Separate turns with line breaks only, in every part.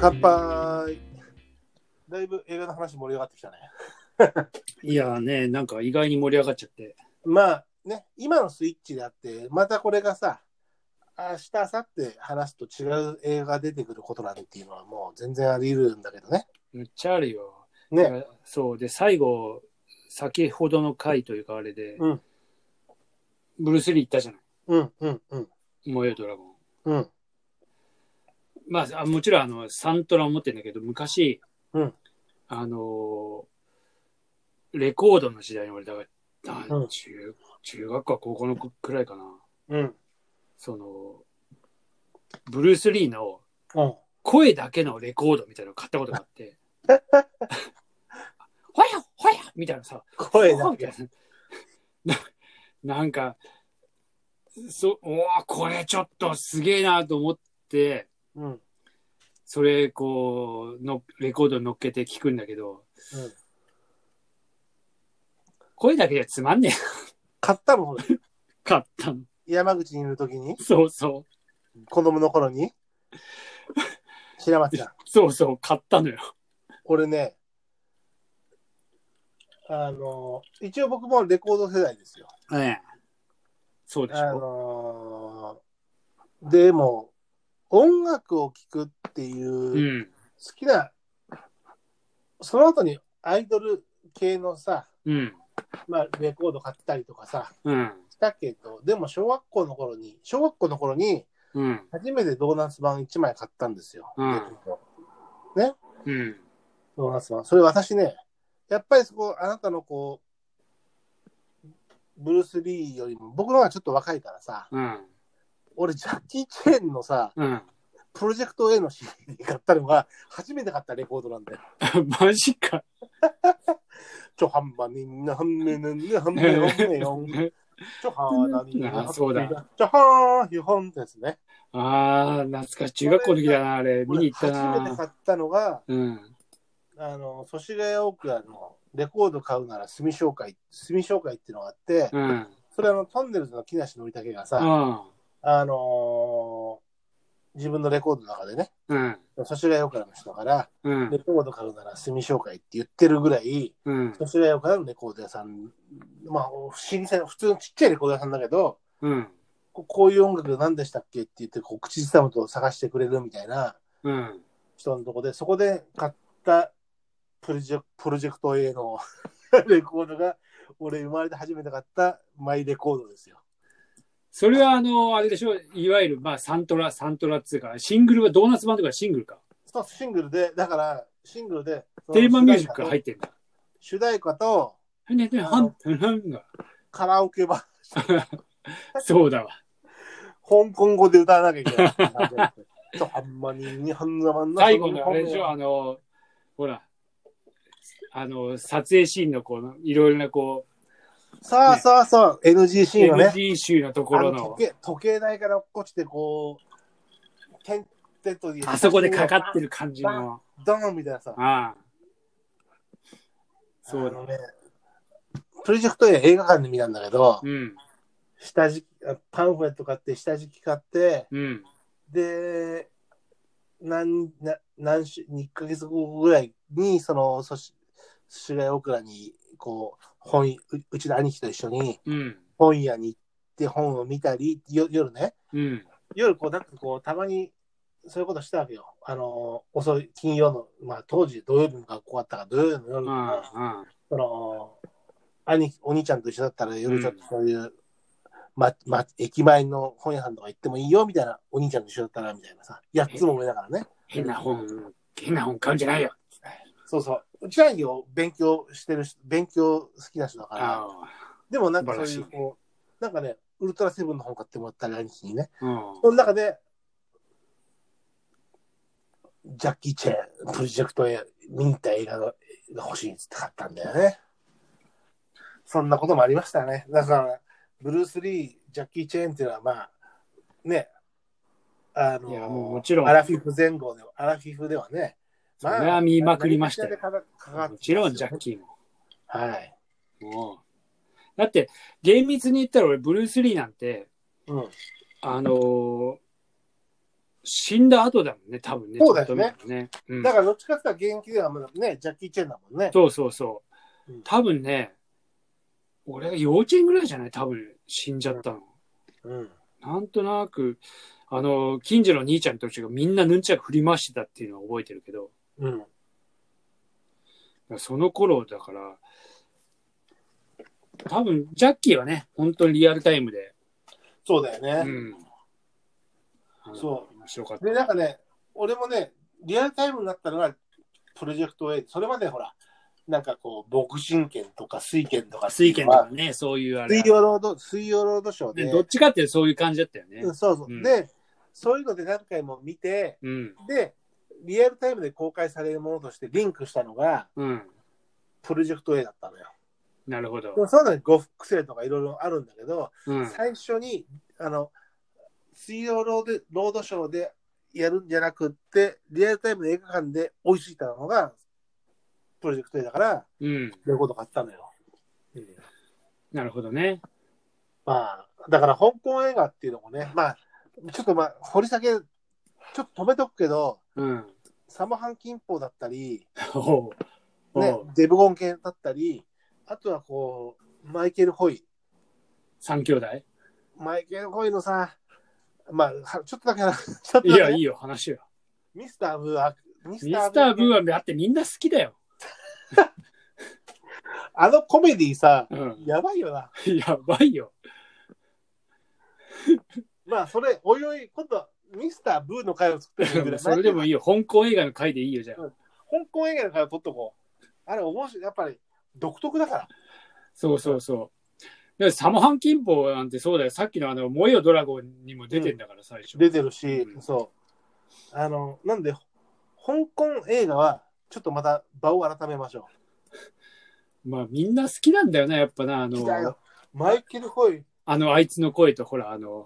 乾杯。
だいぶ映画の話盛り上がってきたね。
いやーね、なんか意外に盛り上がっちゃって。
まあね、今のスイッチであって、またこれがさ、明日、明後日話すと違う映画が出てくることなんていうのはもう全然あり得るんだけどね。
めっちゃあるよ。だか
ね、
らそう。で、最後、先ほどの回というかあれで、
うん
ブルース・リー行ったじゃない。
うん、うん、うん、
燃えよドラゴン。
うん、
まあ、あもちろんあのサントラを持ってるんだけど昔、
うん
あのーレコードの時代に俺だからあ
うん
中中学校高校のくらいかな
うん、
そのブルース・リーの
うん。
声だけのレコードみたいなのを買ったことがあって ほやほやみたいなさ
声だ
みた
け
い。なな なんかそおーこれちょっとすげえなと思って
うん、
それこうのレコードに乗っけて聞くんだけど、
うん
声だけじゃつまんねえ
買ったもん、俺
かったの
山口にいるときに、
そうそ
子供の頃に、白松さん。
うそうそう買ったのよ
俺ね、あの、一応僕もレコード世代ですよ。
ええそうでし
あ
ょ
のーでも、音楽を聴くっていうう、好
ん
きな、その後にアイドル系のさ、
うん
まあ、レコード買ったりとかさ、
うん
したけど、でも小学校の頃に、小学校の頃に、
うん
初めてドーナツ版1枚買ったんですよ。
うんうん
ドーナツ版。それ私ね、やっぱりそこ、あなたのこう、ブルース・リーよりも、僕の方がちょっと若いからさ、
うん
俺、ジャッキー・チェーンのさ、
うん
プロジェクト A の CD 買ったのが、初めて買ったレコードなんだよ。
マジか
ちょ、ハンバみんな、ハンメヌンヌ、ハンメヨンメヨン。ちょ、ハーナニ
あそうだ。
ちょ、ハーヒホンですね。
ああ懐かしい中学校の時だなあれ見
俺
に行った
初めて
な
買ったのが、
うん
あの、祖師ヶ谷大倉のレコード買うなら住商会、住商会っていうのがあって、
うん
それあの、トンネルズの木梨憲武が
う
さ、
ん
あのー自分のレコードの中でね、
うん
祖師ヶ谷大倉の人から、
うん
レコード買うなら住商会って言ってるぐらい、
うん
そちらよからのレコード屋さん、まあ、不思議さ、普通のちっちゃいレコード屋さんだけど、
うん
ここういう音楽何でしたっけって言って、こう、口ずさむと探してくれるみたいな
うん
人のとこで、そこで買ったプロジェプロジェクト A の レコードが、俺生まれて初めて買ったマイレコードですよ。
それはあの、あれでしょ、いわゆるまあサントラ、サントラっつうか、シングルはドーナツ版とかシングルか。
そう、シングルで、だから、シングルで、
テーマミュージックが
が
入ってんだ。
主題歌と
はねねはんはんが
カラオケ版、
そうだわ。
香港語で歌わなきゃいけない。 そうあんまり日本のまんな
最後のあれでしょ、あの、ほら、あの、撮影シーンのこの、いろいろなこ
そうそうそう、NG
う、
シーンをね、
NG 集のところ
あの
の
時、計時計台から落っこちて、こう、点てという
あそこでかかってる感じの、
ドーンみたいなさ、
ああ。そう
あの
だ。
ね、プロジェクト A 映画館で見たんだけど、
うん、
下敷き、パンフレット買って、下敷き買って、
うん、
で、何、な何週、2ヶ月後ぐらいに、その、そし、シュガイオクラに、こう、本、ううちの兄貴と一緒に
うん、
本屋に行って本を見たり、よ夜ね、
うん、
夜こうなんかこうたまにそういうことしたわけよ。あの遅い金曜のまあ当時土曜日の学校あったから土曜日の夜
うん、うん、
その兄貴お兄ちゃんと一緒だったら夜ちょっとそういう、まま、駅前の本屋さんとか行ってもいいよみたいなお兄ちゃんと一緒だったらみたいなさ8つも上だからね。
変な本、変な本買うんじゃないよ。
そうそう。うちらを勉強してる人勉強好きな人だから
あ
でもなんかそう
素
いう
晴らしい
こうなんかねウルトラセブンの本買ってもらったり兄貴にね。
あ、うん。
その中で、ジャッキー・チェーン、プロジェクトへ見に行った映画が欲しいっつって買ったんだよね。そんなこともありましたね。だから、ブルース・リー、ジャッキー・チェーンっていうのは、まあ、ね、あの、
いやもうもちろん
アラフィフ前後で、アラフィフではね、
それは見まくりましたよ
何かしらでかか
もちろんジャ
かかっ
ッ
て
キーも。
ますよねはい。
もうだって厳密に言ったら俺ブルース・リーなんて
うん。
あのー死んだ後だもんね、多分ね。
そうだよね
ちょっと見るとねうん
だから、どっちかっていうと現役ではまだね、ジャッキー・チェンだもんね。
そうそうそう
うん。
多分ね、俺が幼稚園ぐらいじゃない多分死んじゃったの。
うん。
なんとなく、あの、近所の兄ちゃんたちがみんなヌンチャク振り回してたっていうのは覚えてるけど、
うん。
その頃だから、多分、ジャッキーはね、本当にリアルタイムで、
そうだよね。
うん。。
そう
面白かった。
で、なんかね、俺もね、リアルタイムになったのが、プロジェクト A、それまでほら、なんかこう、牧神券とか水券とか、
水拳とかね、そういうあれ
水。曜ロード、水曜ロードショーで、
でどっちかっていうとそういう感じだったよね
う。んそうそう、
うん
で、そういうので何回も見て、
うん。
で、リアルタイムで公開されるものとしてリンクしたのが、
うん。
プロジェクト A だったのよ。
なるほ
でも
ど。
そうなのに呉服生とかいろいろあるんだけど、
うん。
最初に、あの、水曜ロードロードショーでやるんじゃなくって、リアルタイムの映画館で追いついたのが、プロジェクト A だから、
うん。
レコード買ったのよ。
なるほどね。
まあ、だから香港映画っていうのもね、まあ、ちょっとまあ、掘り下げ、ちょっと止めとくけど、
うん。
サムハン・キンポーだったり、
おうお
ね
う、
デブゴン系だったり、あとはこう、マイケル・ホイ。
三兄弟
マイケル・ホイのさ、まあ、はちょっとだけ話、ちょっと
い
だけ
や、
ね
いいよ、話よ。
ミスター・ブーア、ミ
ミスター・ブー
ア。
は、だってみんな好きだよ。
あのコメディさ、
うん。
やばいよな。
やば いよ。
まあ、それ、おいおい、今度はミスター・ブーの回を作ってみるぐらい。
それでもいいよ。香港映画の回でいいよ、じゃあ。
香港映画の回を撮っとこう。あれ、面白い。やっぱり、独特だから。
そうそうそう。でサモハン・キンポなんてそうだよ。さっきのあの、燃えよドラゴンにも出てんだから、最初。
出てるし、
うん
そう。あの、なんで、香港映画は、ちょっとまた場を改めましょ
まあ、みんな好きなんだよな、やっぱな。あ
う。来たよ
の、。
マイケル・ホイ、
あの、あいつの声と、ほら、あの、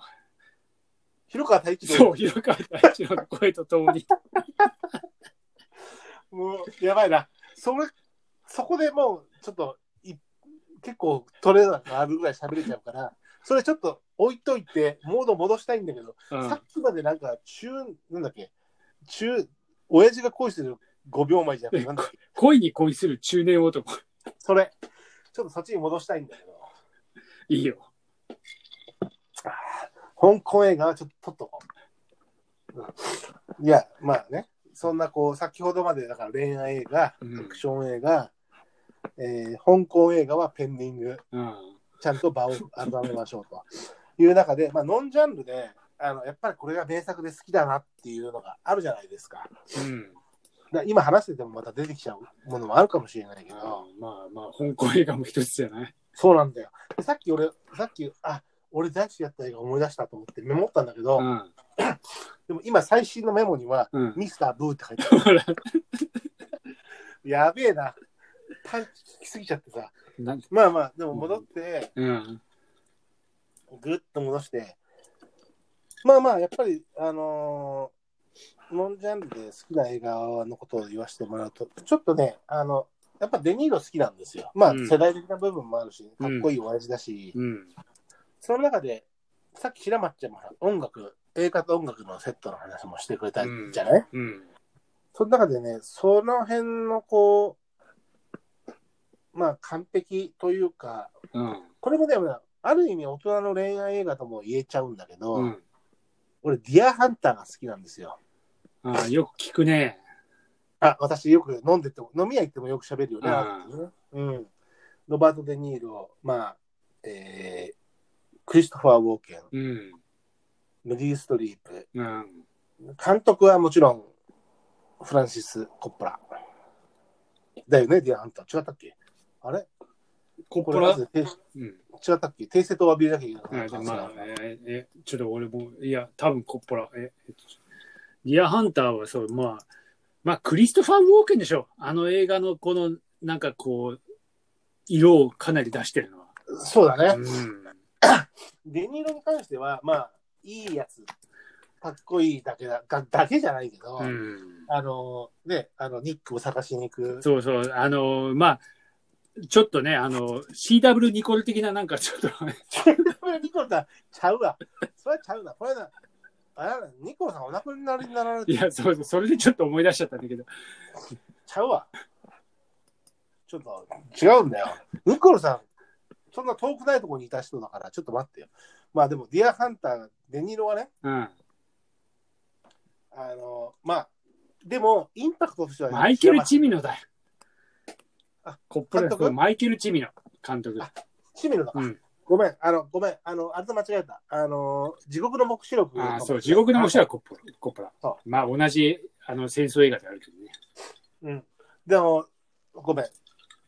広川太一郎
そう、広川大一郎の声とと もに。
もう、やばいな。それ、そこでもう、ちょっとい、結構トレーナーがあるぐらい喋れちゃうから、それちょっと置いといて、モード戻したいんだけど、
うん
さっきまでなんか、中、なんだっけ、中、親父が恋してる5秒前じゃなくて、なんだっけ、
恋に恋する中年男。
それ、ちょっとそっちに戻したいんだけど、
いいよ。
香港映画はちょっと撮っとこう。うんいや、まあね、そんなこう、先ほどまでだから恋愛映画、
うん
アクション映画、えー香港映画はペンディング。
うん。
ちゃんと場を改めましょうという中で、まあ、ノンジャンルであのやっぱりこれが名作で好きだなっていうのがあるじゃないですか。
うん。
だ今話しててもまた出てきちゃうものもあるかもしれないけど、
まあまあ、香港映画も一つじゃない
そうなんだよ。でさっき俺、さっき、あ俺大好きだった映画思い出したと思ってメモったんだけど、
うん。
でも今最新のメモには、
うん。
ミスターブーって書いてあ
ほら、
る。やべえな。パンチ効きすぎちゃってさ。
なん
まあまあ、でも戻って、
うん。
ぐっと戻して、まあまあ、やっぱり、あのーノンジャンルで好きな映画のことを言わせてもらうと、ちょっとね、あの、やっぱデニーロ好きなんですよ。まあ、
うん
世代的な部分もあるし、か
う
っ
ん
こいい親父だし、
うん。
その中で、さっき平松ちゃんも音楽、映画と音楽のセットの話もしてくれたじゃない、
うん。
その中でね、その辺のこう、まあ、完璧というか、
うん。
これもでも、ある意味大人の恋愛映画とも言えちゃうんだけど、
うん。
俺、ディアハンターが好きなんですよ。
ああ、よく聞くね。
あ、私よく飲んでても、飲み屋行ってもよく喋るよね。
うん
あの人ねうん。ロバート・デ・ニーロ、まあ、えー、クリストファー・ウォーケン、
うん。
メリー・ストリープ。
うん。
監督はもちろん、フランシス・コッポラ。だよね、ディアハンター。違ったっけあれ
コ
こ
ッポ
れ
ラ
まず訂
うん。
違ったっけ訂正とお詫びだけど。
あでまあ、え、え、ちょっと俺も、いや、多分コッポラ。え、えっとディアハンターはそう、まあ、まあ、クリストファー・ウォーケンでしょ。あの映画のこの、なんかこう、色をかなり出してるのは。
そうだね。
うん。
デニーロに関しては、まあ、いいやつ、かっこいいだけだ、がだけじゃないけど、
うん。
あの、ね、あの、ニックを探しに行く。
そうそう、あの、まあ、ちょっとね、あの、CW ニコル的ななんかちょっと、
ニックをちゃうわ。それはちゃうな。これはな、あれニコルさんお亡くなりになられて
いや、そうそう、それでちょっと思い出しちゃったんだけど、
ちゃうわ。ちょっと違うんだよ。ニコルさん、そんな遠くないところにいた人だから、ちょっと待ってよ。まあでも、ディアハンター、デニーロはね、
うん。
あの、まあ、でも、インパクトとしては、
マイケル・チミノだよ。
あ
コップラ
監督
マイケル・チミノ監督。
あチミノだから、
うん
ごめん、あの、ごめん、あの、あれと間違えた。あの、地獄の目視録。
ああ、そう、地獄の星は
あ
コップラ。コップラ
そ。
まあ、同じあの戦争映画であるけどね。
うん。でも、ごめん、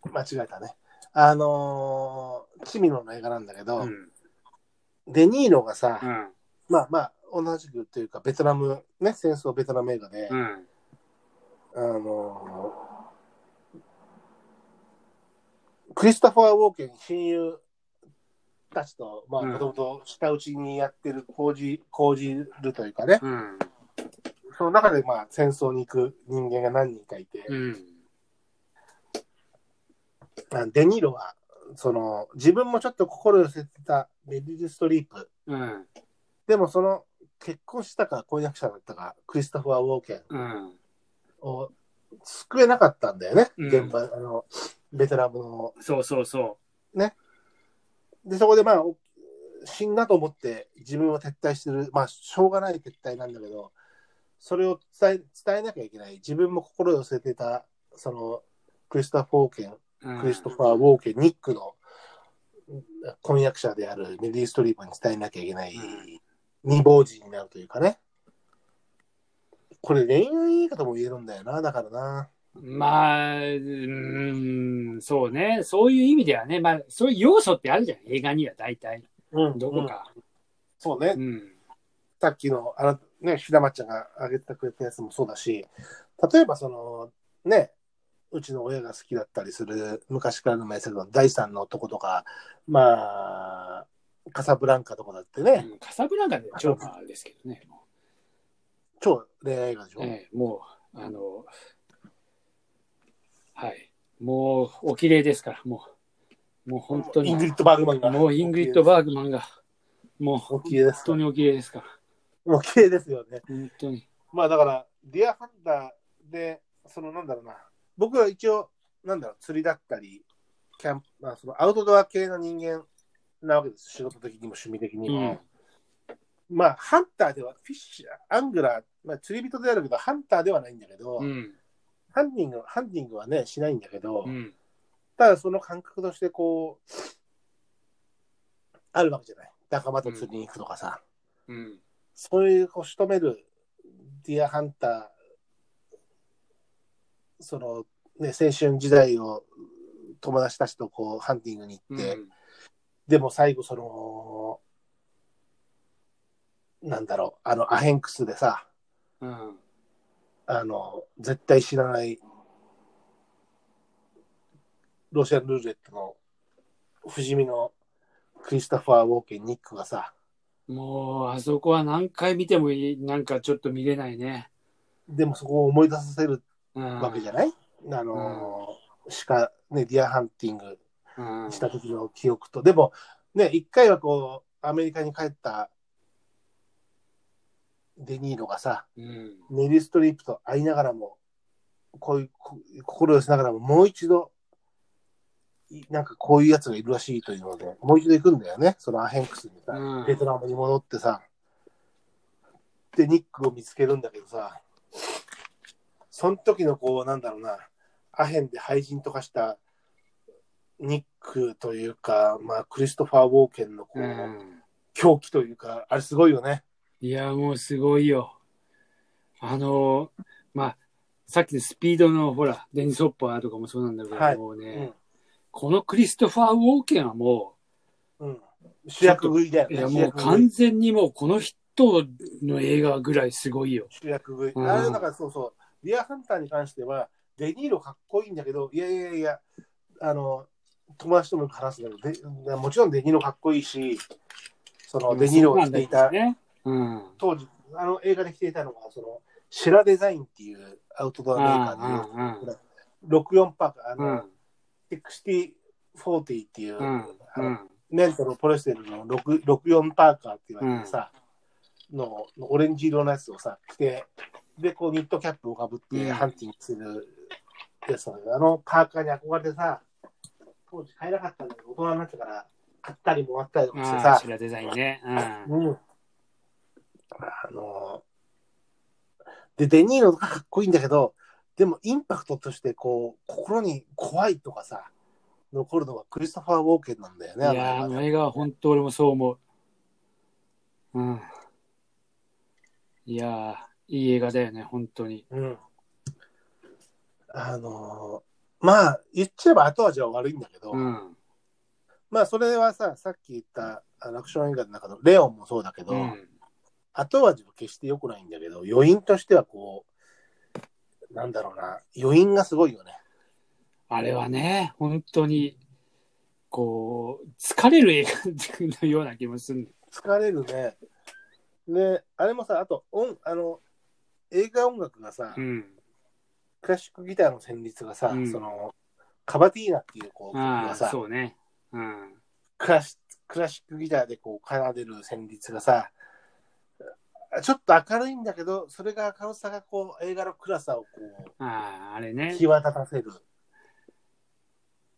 間違えたね。あの、チミノの映画なんだけど、
うん。
デニーロがさ、
うん。
まあまあ、同じくというか、ベトナム、ね、戦争ベトナム映画で、
うん。
あのークリスタファー・ウォーケン親友たちと、まあ、
うん
もともと下打ちにやってる、講じ、講じるというかね、
うん。
その中で、まあ、戦争に行く人間が何人かいて、
うん。
あデニーロは、その、自分もちょっと心寄せてたメリル・ストリープ、
うん。
でもその、結婚したか婚約者だったか、クリスタファー・ウォーケン
うん。
を救えなかったんだよね、
うん
現場、あの、ベトナムの
そうそうそ
で、そこでまあ、お死んだと思って自分を撤退してる、まあ、しょうがない撤退なんだけど、それを伝え、伝えなきゃいけない。自分も心寄せてた、その、クリスタフォーケン、
う。うん
クリストファー・ウォーケン、ニックの婚約者であるメリー・ストリープに伝えなきゃいけない、
うん
未亡人になるというかね。これ恋愛映画とも言えるんだよな、だからな。
まあ、うーん、そうね。そういう意味ではね、まあ、そういう要素ってあるじゃん。映画には大体。
うん
どこ。か。
そうね
う。ん。
さっきの、あらね、ひだまちゃんが挙げてくれたやつもそうだし、例えばその、ね、うちの親が好きだったりする、昔からの名作の第三の男とか、まあ、カサブランカとかだってね、
うんカサブランカで超パーですけどね。
超恋愛映画でしょ、
ええ、もう、あの、はい。もう、お綺麗ですから、もう、もう本当
イ
に
ング、リッド・バーグマンが。
もうイングリッド・バーグマンが、もう、
お
本
綺麗です。
当にお綺麗ですから、
お綺麗ですよね。
本当に。
まあだから、ディアハンターで、そのなんだろうな、僕は一応、なんだろう、釣りだったり、キャンプ、まあ、そのアウトドア系の人間なわけです。仕事的にも趣味的にも。まあ、ハンターでは、フィッシャー、アングラー、まあ、釣り人であるけど、ハンターではないんだけど、
うん、
ハンティング、ハンティングはね、しないんだけど、
うん、
ただその感覚として、こう、あるわけじゃない。仲間と釣りに行くとかさ。
うん、
そういう、こう、仕留める、ディアハンター、その、ね、青春時代を友達たちとこう、ハンティングに
う
行
ん
って、でも最後、その、なんだろう、あの、アヘンクスでさ、
うん、
あの、絶対知らない、ロシアンルーレットの、不死身のクリスタファー・ウォーケン・ニックがさ、
もう、あそこは何回見てもいい、なんかちょっと見れないね。
でもそこを思い出させる
うん、
わけじゃない、あのー鹿、ね、ディアハンティング
うん
した時の記憶と、でも、ね、一回はこう、アメリカに帰ったデニーロがさ、
うん、
メリー・ストリップと会いながらも、こういう、こ心を寄せながらも、もう一度、いなんかこういうやつがいるらしいというので、もう一度行くんだよね、そのアヘンクスにさ、
うん
ベトナムに戻ってさ、で、ニックを見つけるんだけどさ、その時のこう、なんだろうな、アヘンで廃人とかしたニックというか、まあ、クリストファー・ウォーケンのこう、
うん。
狂気というか、あれすごいよね。
いや、もうすごいよ。あの、まあ、さっきのスピードの、ほら、デニス・ホッパーとかもそうなんだけど、
はい
もうね、
うん
このクリストファー・ウォーケンはも
うん、主役食いだよ
う、
ね。
いや、
主
もう
役食い
完全にもう、この人の映画ぐらいすごいよ。
主役食い。
うん
あれだからそうそう、ディアハンターに関しては、デニーロかっこいいんだけど、いやいやいや、あの、友達ともよく話すんだけどで、もちろんデニーロかっこいいし、そのデニーロが着てい
そ
た
う、なんだけどね。
当時、あの映画で着ていたのが、その、シェラデザインっていうアウトド
うん。
アメーカーで、
ああ
64パーク、あ
うん。うん
の、。6040っていう、
うん。うん。
メントのポレステルの6 64パーカーって言われてさ、のオレンジ色のやつをさ、着て、で、こうニットキャップをかぶっ
う
て
ん
ハンティングするやつなんだけど、あのパーカーに憧れてさ、当時買えなかったんだけど、大人になってから買ったりもらったりとかして
ああ、
さ、
白デザインね。うん。
うん。あの、で、デニーロとかかっこいいんだけど、でもインパクトとして、こう、心に怖いとかさ、残るのがクリストファー・ウォーケンなんだよね、
いやー、
の映画
あの
ね
映画は本当俺もそう思う。うん。いやー、いい映画だよね、本当に。
うん。あのーまあ、言っちゃえば後味は悪いんだけど、
うん。
まあ、それはさ、さっき言ったあのアクション映画の中のレオンもそうだけど、
うん。
後味は決して良くないんだけど、余韻としてはこう、なんだろうな、余韻がすごいよね。
あれはね、本当に、こう、疲れる映画のような気もするんだよ
疲れるね。で、あれもさ、あと音、あの、映画音楽がさ、
うん。
クラシックギターの旋律がさ、
うん
その、カバティーナっていうこう曲
あ
が
あ、
さ、
そうね。うん。
クラシクラシックギターでこう奏でる旋律がさ、ちょっと明るいんだけど、それが明るさがこう映画の暗さをこ
ああ、あれ
う
ね。
際立たせる。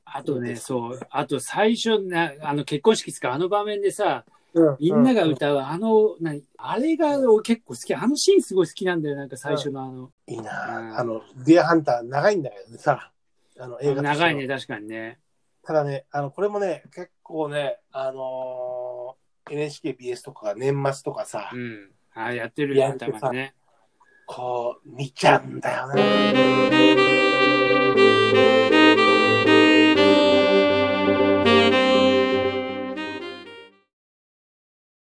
あと
そう
ね、
です
そう。あと最初な、あの結婚式ですか、あの場面でさ、
う
みんなが
う
歌う、あの、なあれが俺結構好き。あのシーンすごい好きなんだよ、なんか最初のあの。
いいな、
うん
あの、ディアハンター長いんだけどねさ、あの映画としては
長いね、確かにね。
ただね、あの、これもね、結構ね、あのー NHKBS とかが年末とかさ、
うん。ああ、やってる
や
よ、
って
た
た
まにね。
こう、見ちゃうんだよね。